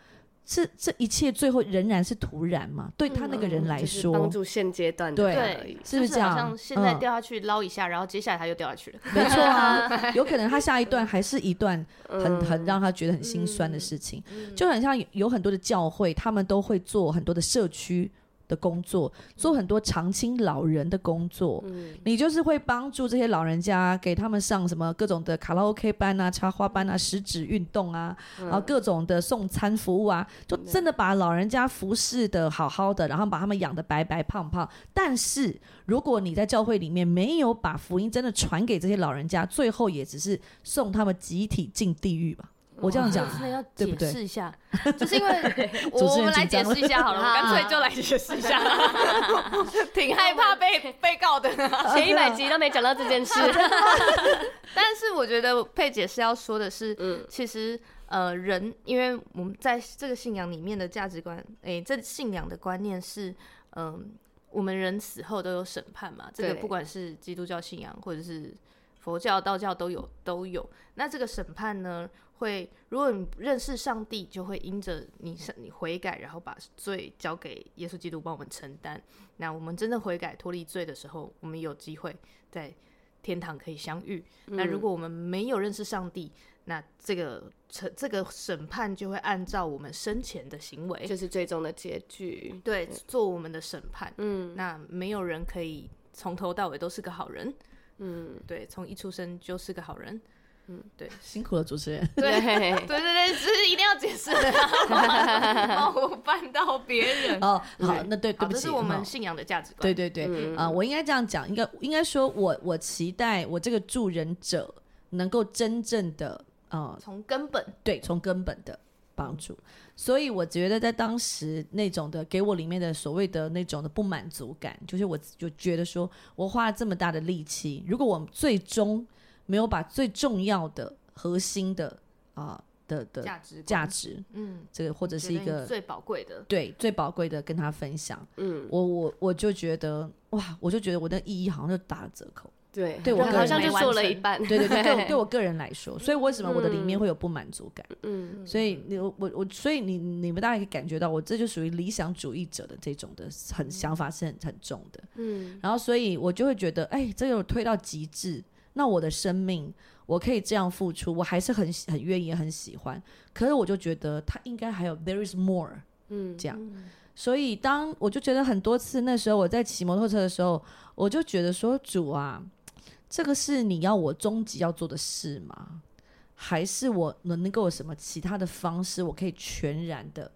[SPEAKER 4] 这这一切最后仍然是徒然嘛？对他那个人
[SPEAKER 5] 嗯
[SPEAKER 4] 来
[SPEAKER 5] 就是
[SPEAKER 4] 说，
[SPEAKER 5] 帮助现阶段的
[SPEAKER 4] 对
[SPEAKER 5] 他而已
[SPEAKER 2] 对，
[SPEAKER 4] 是
[SPEAKER 2] 就
[SPEAKER 4] 不
[SPEAKER 2] 是
[SPEAKER 4] 这样
[SPEAKER 2] 好像现在
[SPEAKER 4] 嗯
[SPEAKER 2] 掉下去捞一下，然后接下来他又掉下去了。
[SPEAKER 4] 没 错啊，有可能他下一段还是一段很
[SPEAKER 5] 嗯
[SPEAKER 4] 很让他觉得很心酸
[SPEAKER 2] 嗯
[SPEAKER 4] 的事情，就很像有有很多的教会，他们都会做很多的社区的工作，做
[SPEAKER 2] 嗯
[SPEAKER 4] 很多长青老人的工作。
[SPEAKER 5] 嗯
[SPEAKER 4] 你就是会帮助这些老人家，给他们上什么各种的卡拉 OK 班啊、插花班
[SPEAKER 2] 嗯
[SPEAKER 4] 啊、食指运动啊，然后各种的送餐服务啊，就
[SPEAKER 2] 嗯
[SPEAKER 4] 真的把老人家服侍的好好的，然后把他们养的白白胖胖。但是如果你在教会里面没有把福音真的传给这些老人家，最后也只是送他们集体进地狱吧。我这样讲
[SPEAKER 2] 哇真的要
[SPEAKER 4] 对不
[SPEAKER 2] 解
[SPEAKER 4] 对
[SPEAKER 2] 释一下，就是因为
[SPEAKER 4] 主
[SPEAKER 2] 我
[SPEAKER 4] 持人
[SPEAKER 2] 我们来
[SPEAKER 4] 紧
[SPEAKER 2] 解
[SPEAKER 4] 张了
[SPEAKER 2] 释一
[SPEAKER 5] 啊
[SPEAKER 2] 下好了，我干脆 就来解释一下，挺害怕被被告的。
[SPEAKER 5] 前一百集都没讲到这 件事，
[SPEAKER 2] 但是我觉得佩姐是要说的是，
[SPEAKER 5] 嗯
[SPEAKER 2] 其实呃，人因为我们在这个信仰里面的价值观，诶，这信仰的观念是，嗯、我们人死后都有审判嘛，这个
[SPEAKER 5] 对
[SPEAKER 2] 不管是基督教信仰或者是佛教、道教都有都有。那这个审判呢，会如果你认识上帝，就会因着你是你悔改，然后把罪交给耶稣基督帮我们承担。那我们真的悔改脱离罪的时候，我们有机会在天堂可以相遇。那如果我们没有认识上帝，那这个惩这个审判就会按照我们生前的行
[SPEAKER 4] 哎
[SPEAKER 2] 为，
[SPEAKER 5] 嗯就是最终的结局。
[SPEAKER 2] 对做我们的审判。
[SPEAKER 5] 嗯
[SPEAKER 2] 那没有人可以从头到尾都是个好人，
[SPEAKER 5] 嗯，
[SPEAKER 2] 对，从一出生就是个好人。
[SPEAKER 4] 辛苦了主持人，
[SPEAKER 2] 对
[SPEAKER 5] 对
[SPEAKER 2] 对对对，只是一定要解 释，帮我绊到别人。
[SPEAKER 4] 哦，好，那对对
[SPEAKER 2] 好，
[SPEAKER 4] 不
[SPEAKER 2] 这
[SPEAKER 4] 起，
[SPEAKER 2] 是我
[SPEAKER 4] 哈
[SPEAKER 2] 们信仰的价值观。
[SPEAKER 4] 对对对，啊、
[SPEAKER 5] 嗯
[SPEAKER 4] 我应该这样讲，应该应该说我我期待我这个助人者能够真正的呃，
[SPEAKER 2] 从根本
[SPEAKER 4] 对，从根本的帮助。所以我觉得在当时那种的给我里面的所谓的那种的不满足感，就是我就觉得说我花了这么大的力气，如果我最终没有把最重要的核心的啊、的的
[SPEAKER 2] 价值观
[SPEAKER 4] 价，值，
[SPEAKER 2] 嗯，
[SPEAKER 4] 这个或者是一
[SPEAKER 2] 觉得你
[SPEAKER 4] 个
[SPEAKER 2] 最宝贵的。
[SPEAKER 4] 对最宝贵的跟他分享。
[SPEAKER 5] 嗯
[SPEAKER 4] 我我我就觉得哇，我就觉得我的意义好像就打了折 扣。
[SPEAKER 5] 对
[SPEAKER 4] 对我个人
[SPEAKER 5] 好像就
[SPEAKER 2] 没完
[SPEAKER 5] 做了
[SPEAKER 2] 成
[SPEAKER 5] 一半。
[SPEAKER 4] 对对对，对 我对我个人来说，所以为什么我的里面
[SPEAKER 5] 嗯
[SPEAKER 4] 会有不满足感？
[SPEAKER 5] 嗯
[SPEAKER 4] 所以你我我所以你你们大概可以感觉到，我这就属于理想主义者的这种的很想法是很很重的。
[SPEAKER 5] 嗯
[SPEAKER 4] 然后所以我就会觉得，哎，这有推到极致，那我的生命我可以这样付出，我还是很喜很愿意很喜欢。可是我就觉得他应该还有 there is more，
[SPEAKER 5] 嗯
[SPEAKER 4] 这样。所以当我就觉得很多次，那时候我在骑摩托车的时候，我就觉得说主啊，这个是你要我终极要做的事吗？还是我能能够有什么其他的方式，我可以全然的，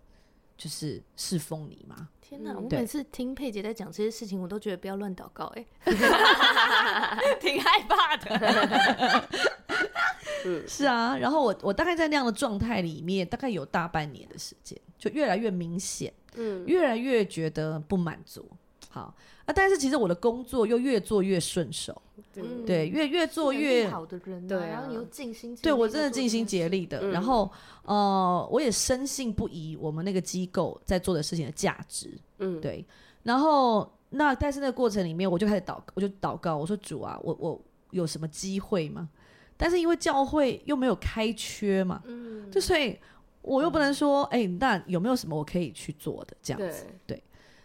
[SPEAKER 4] 就是侍奉你吗？
[SPEAKER 2] 天哪！
[SPEAKER 5] 嗯
[SPEAKER 2] 我
[SPEAKER 4] 对
[SPEAKER 2] 每次听佩姐在讲这些事情，我都觉得不要乱祷告、欸哎， 挺害怕 的。
[SPEAKER 4] 是啊，然后我我大概在那样的状态里面，大概有大半年的时间，就越来越明显，
[SPEAKER 5] 嗯
[SPEAKER 4] 越来越觉得不满足。好，啊，但是其实我的工作又越做越顺手，
[SPEAKER 5] 嗯
[SPEAKER 4] 对，越越做
[SPEAKER 2] 能
[SPEAKER 4] 越
[SPEAKER 2] 力好的人、啊，
[SPEAKER 5] 对啊
[SPEAKER 2] 然后你又尽心尽力地做这件事，
[SPEAKER 4] 对我真的尽心竭力的。
[SPEAKER 5] 嗯
[SPEAKER 4] 然后呃，我也深信不疑我们那个机构在做的事情的价值。
[SPEAKER 5] 嗯
[SPEAKER 4] 对，然后那但是那个过程里面，我就开始祷，我就祷告，我说主啊，我我有什么机会吗？但是因为教会又没有开缺嘛，
[SPEAKER 2] 嗯，
[SPEAKER 4] 就所以我又不能说，哎、那有没有什么我可以去做的这样
[SPEAKER 5] 对
[SPEAKER 4] 子？，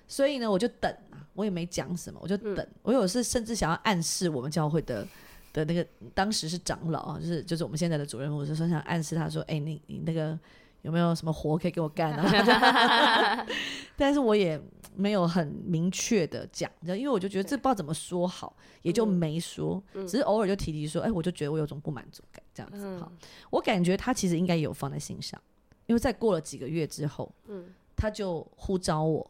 [SPEAKER 4] 所以呢，我就等啊，我也没讲什么，我就等。我有时甚至想要暗示我们教会的的那个当时是长老啊，就是就是我们现在的主任，我就说想暗示他说，哎、你你那个有没有什么活可以给我干啊？ 但是我也没有很明确的讲，因为我就觉得这不知道怎么说好，也就没说，
[SPEAKER 2] 嗯
[SPEAKER 4] 只是偶尔就提提说，哎、我就觉得我有种不满足感这样子。
[SPEAKER 2] 嗯
[SPEAKER 4] 好，我感觉他其实应该也有放在心上，因为在过了几个月之后，
[SPEAKER 5] 嗯
[SPEAKER 4] 他就呼召我，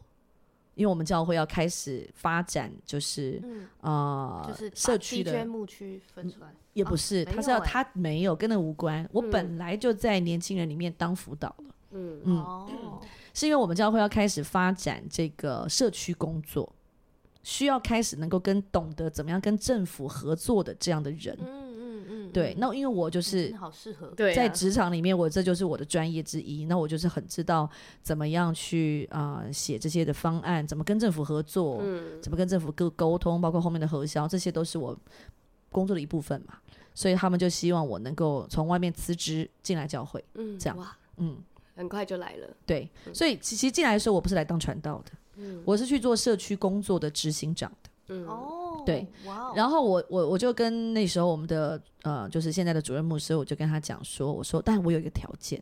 [SPEAKER 4] 因为我们教会要开始发展，就是、
[SPEAKER 2] 嗯，
[SPEAKER 4] 啊，呃，
[SPEAKER 2] 就是把
[SPEAKER 4] 社区
[SPEAKER 2] D
[SPEAKER 4] 的嗯
[SPEAKER 2] 圈牧区分出来，
[SPEAKER 4] 也不是，
[SPEAKER 2] 没
[SPEAKER 4] 他是要
[SPEAKER 2] 有欸
[SPEAKER 4] 他没有跟那无关。我
[SPEAKER 5] 嗯
[SPEAKER 4] 本来就在年轻人里面当辅导了，
[SPEAKER 5] 嗯
[SPEAKER 4] 嗯
[SPEAKER 2] 哦，
[SPEAKER 4] 是因为我们教会要开始发展这个社区工作，需要开始能够跟懂得怎么样跟政府合作的这样的人。
[SPEAKER 2] 嗯嗯嗯，
[SPEAKER 4] 对，
[SPEAKER 2] 嗯
[SPEAKER 4] 那因为我就
[SPEAKER 2] 真
[SPEAKER 4] 是
[SPEAKER 2] 的好适合，
[SPEAKER 5] 对啊，
[SPEAKER 4] 在职场里面，我这就是我的专业之一。那我就是很知道怎么样去啊、呃写这些的方案，怎么跟政府合作，
[SPEAKER 5] 嗯
[SPEAKER 4] 怎么跟政府沟沟通，包括后面的核销，这些都是我工作的一部分嘛。所以他们就希望我能够从外面辞职进来教会。
[SPEAKER 5] 嗯
[SPEAKER 4] 这样
[SPEAKER 5] 哇，
[SPEAKER 4] 嗯，
[SPEAKER 5] 很快就来了，
[SPEAKER 4] 对。所以其其实进来的时候，我不是来当传道的，
[SPEAKER 5] 嗯
[SPEAKER 4] 我是去做社区工作的执行长的。
[SPEAKER 5] 嗯
[SPEAKER 2] 哦，
[SPEAKER 4] 对，
[SPEAKER 2] 哇哦，
[SPEAKER 4] 然后我我我就跟那时候我们的呃，就是现在的主任牧师，我就跟他讲说，我说，但我有一个条件，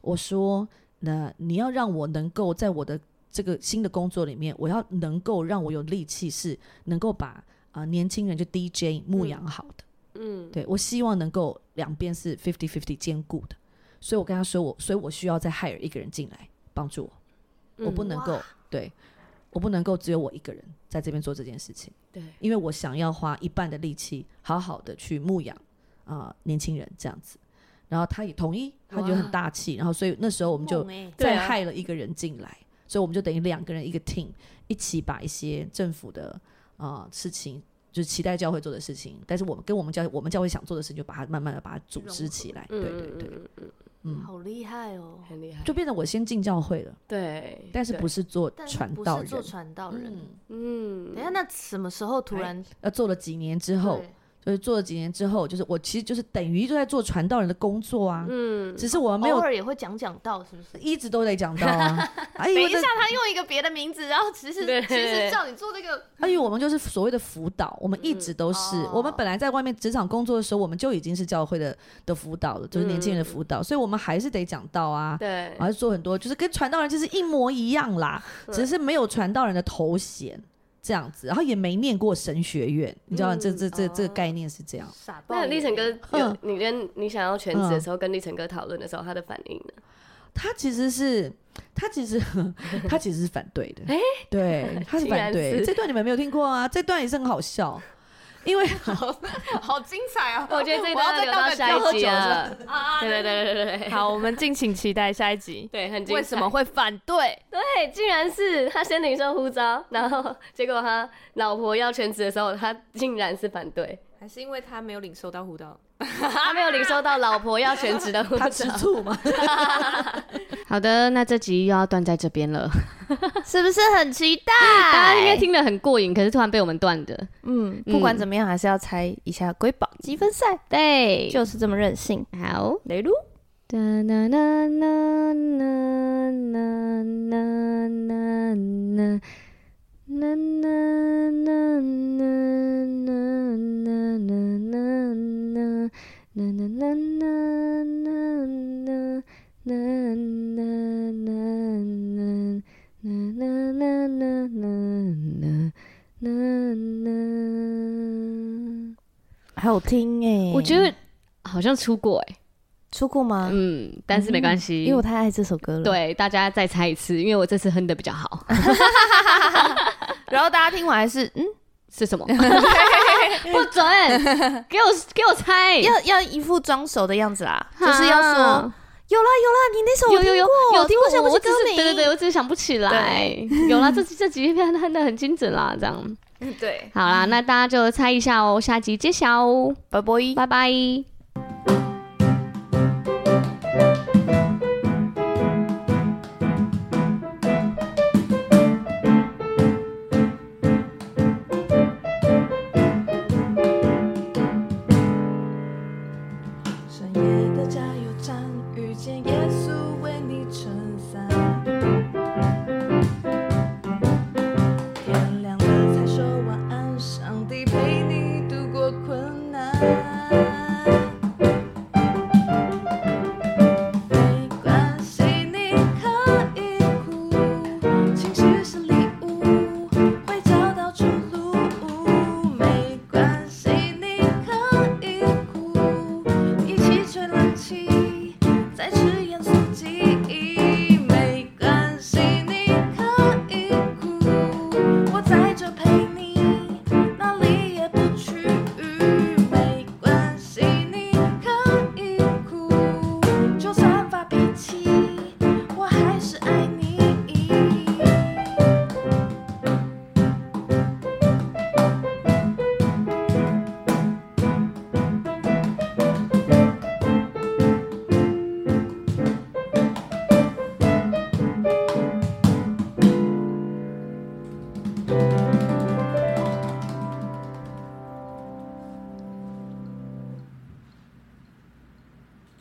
[SPEAKER 4] 我说，那你要让我能够在我的这个新的工作里面，我要能够让我有力气，是能够把啊、呃年轻人就 DJ 牧养好的。
[SPEAKER 5] 嗯
[SPEAKER 4] 对我希望能够两边是 fifty fifty 兼顾的，所以我跟他说我，所以我需要再 hire 一个人进来帮助我，我不
[SPEAKER 5] 嗯
[SPEAKER 4] 能够对我不能够只有我一个人在这边做这件事情，
[SPEAKER 5] 对，
[SPEAKER 4] 因为我想要花一半的力气好好的去牧养啊、年轻人这样子，然后他也同意，他觉得很
[SPEAKER 5] 哇
[SPEAKER 4] 大气，然后所以那时候我们就
[SPEAKER 2] 梦欸
[SPEAKER 5] 对
[SPEAKER 4] 再
[SPEAKER 5] 啊
[SPEAKER 4] 害了一个人进来，所以我们就等于两个人一个 team 一起把一些政府的呃事情，就是期待教会做的事情，但是我们跟我们教我们教会想做的事情，就把它慢慢的把它组织起来，对
[SPEAKER 5] 嗯
[SPEAKER 4] 对对，
[SPEAKER 5] 嗯嗯
[SPEAKER 4] 嗯，
[SPEAKER 2] 好厉害哦
[SPEAKER 5] 嗯，很厉害，
[SPEAKER 4] 就变成我先进教会了，
[SPEAKER 5] 对，
[SPEAKER 4] 但是
[SPEAKER 5] 对
[SPEAKER 4] 不是做
[SPEAKER 2] 但是
[SPEAKER 4] 传
[SPEAKER 2] 不
[SPEAKER 4] 道
[SPEAKER 2] 是
[SPEAKER 4] 人，
[SPEAKER 2] 做传道人。
[SPEAKER 4] 嗯，
[SPEAKER 5] 嗯
[SPEAKER 2] 等一下，那什么时候突然
[SPEAKER 4] 要做了几年之后，
[SPEAKER 2] 对
[SPEAKER 4] 就是做了几年之后，就是我其实就是等于就在做传道人的工作啊，
[SPEAKER 5] 嗯
[SPEAKER 4] 只是我没
[SPEAKER 2] 偶
[SPEAKER 4] 有
[SPEAKER 2] 尔也会讲讲道，是不是？
[SPEAKER 4] 一直都在讲 到啊，哎
[SPEAKER 2] 等
[SPEAKER 4] 呦
[SPEAKER 2] 一下，他用一个别的名字，然后其实
[SPEAKER 5] 对
[SPEAKER 2] 其实叫你做这个，
[SPEAKER 4] 啊因为我们就是所谓的辅导，我们一直都是，
[SPEAKER 2] 哦
[SPEAKER 4] 我们本来在外面职场工作的时候，我们就已经是教会的的辅导了，就是年轻人
[SPEAKER 2] 嗯
[SPEAKER 4] 的辅导，所以我们还是得讲道啊，
[SPEAKER 5] 对
[SPEAKER 4] 还是做很多，就是跟传道人就是一模一样 啦，只是没有传道人的头衔这样子，然后也没念过神学院，你知道吗？这这
[SPEAKER 5] 嗯哦
[SPEAKER 4] 这这个概念是这样。
[SPEAKER 2] 傻爆
[SPEAKER 5] 那
[SPEAKER 2] 眼。
[SPEAKER 5] 立成哥有
[SPEAKER 4] 嗯
[SPEAKER 5] 你跟你想要全职的时候，跟立成哥讨论的时候，他的反应呢？
[SPEAKER 4] 他其实是，他其实 他其实是反对的， 对，他是
[SPEAKER 5] 哎竟
[SPEAKER 4] 反
[SPEAKER 5] 然
[SPEAKER 4] 对。
[SPEAKER 5] 是
[SPEAKER 4] 这段你们没有听过啊？这段也是很好笑，因为
[SPEAKER 2] 好精彩啊！
[SPEAKER 5] 我觉得这一
[SPEAKER 2] 我要
[SPEAKER 5] 段
[SPEAKER 2] 再
[SPEAKER 5] 留到
[SPEAKER 2] 倒个
[SPEAKER 5] 下
[SPEAKER 2] 酒
[SPEAKER 5] 一集啊！
[SPEAKER 2] 啊！
[SPEAKER 5] 对对对对对对，
[SPEAKER 2] 好，我们敬请期待下一集。
[SPEAKER 5] 对，很精彩
[SPEAKER 2] 为什么会反对？
[SPEAKER 5] 对，竟然是他先领受呼召，然后结果他老婆要全职的时候，他竟然是反对，
[SPEAKER 2] 还是因为他没有领受到护照？
[SPEAKER 5] 他没有领受到老婆要全职的 呼
[SPEAKER 4] 他
[SPEAKER 5] 召。
[SPEAKER 4] 吃醋嘛，
[SPEAKER 5] 好的，那这集又要断在这边 了，
[SPEAKER 2] 是不是很期待？
[SPEAKER 5] 大家应该听得很过瘾，可是突然被我们断的，
[SPEAKER 2] 嗯，
[SPEAKER 5] 嗯
[SPEAKER 2] 不管怎么样，还是要猜一下瑰宝积分赛，
[SPEAKER 5] 对，
[SPEAKER 2] 就是这么任性。
[SPEAKER 5] 好。
[SPEAKER 2] 雷露，
[SPEAKER 5] 哒啦啦啦啦啦啦啦啦啦啦啦啦啦啦啦啦啦啦啦啦啦啦啦啦啦啦。
[SPEAKER 2] 好听哎
[SPEAKER 5] 我觉得好像出过哎、
[SPEAKER 2] 出过吗？
[SPEAKER 5] 嗯，但是没关系，
[SPEAKER 2] 因为我太爱这首歌了。，
[SPEAKER 5] 对，大家再猜一次，因为我这次哼的比较 好，
[SPEAKER 2] 然后大家听完还是嗯，
[SPEAKER 5] 是什么？ 不 准，给我给我猜，
[SPEAKER 2] 要要一副装熟的样子啦，
[SPEAKER 5] 哈
[SPEAKER 2] 就是要说有啦有啦，你那首我
[SPEAKER 5] 有有
[SPEAKER 2] 听
[SPEAKER 5] 有
[SPEAKER 2] 过，
[SPEAKER 5] 有听
[SPEAKER 2] 我想不
[SPEAKER 5] 哦我
[SPEAKER 2] 起
[SPEAKER 5] 只
[SPEAKER 2] 歌
[SPEAKER 5] 是
[SPEAKER 2] 名。
[SPEAKER 5] 对对对，我只是想不起来。有啦，这集这集片哼的很精准啦，这样
[SPEAKER 2] 对对，
[SPEAKER 5] 嗯好啦，那大家就猜一下哦，下集揭晓哦，
[SPEAKER 2] 拜拜。
[SPEAKER 5] 拜拜。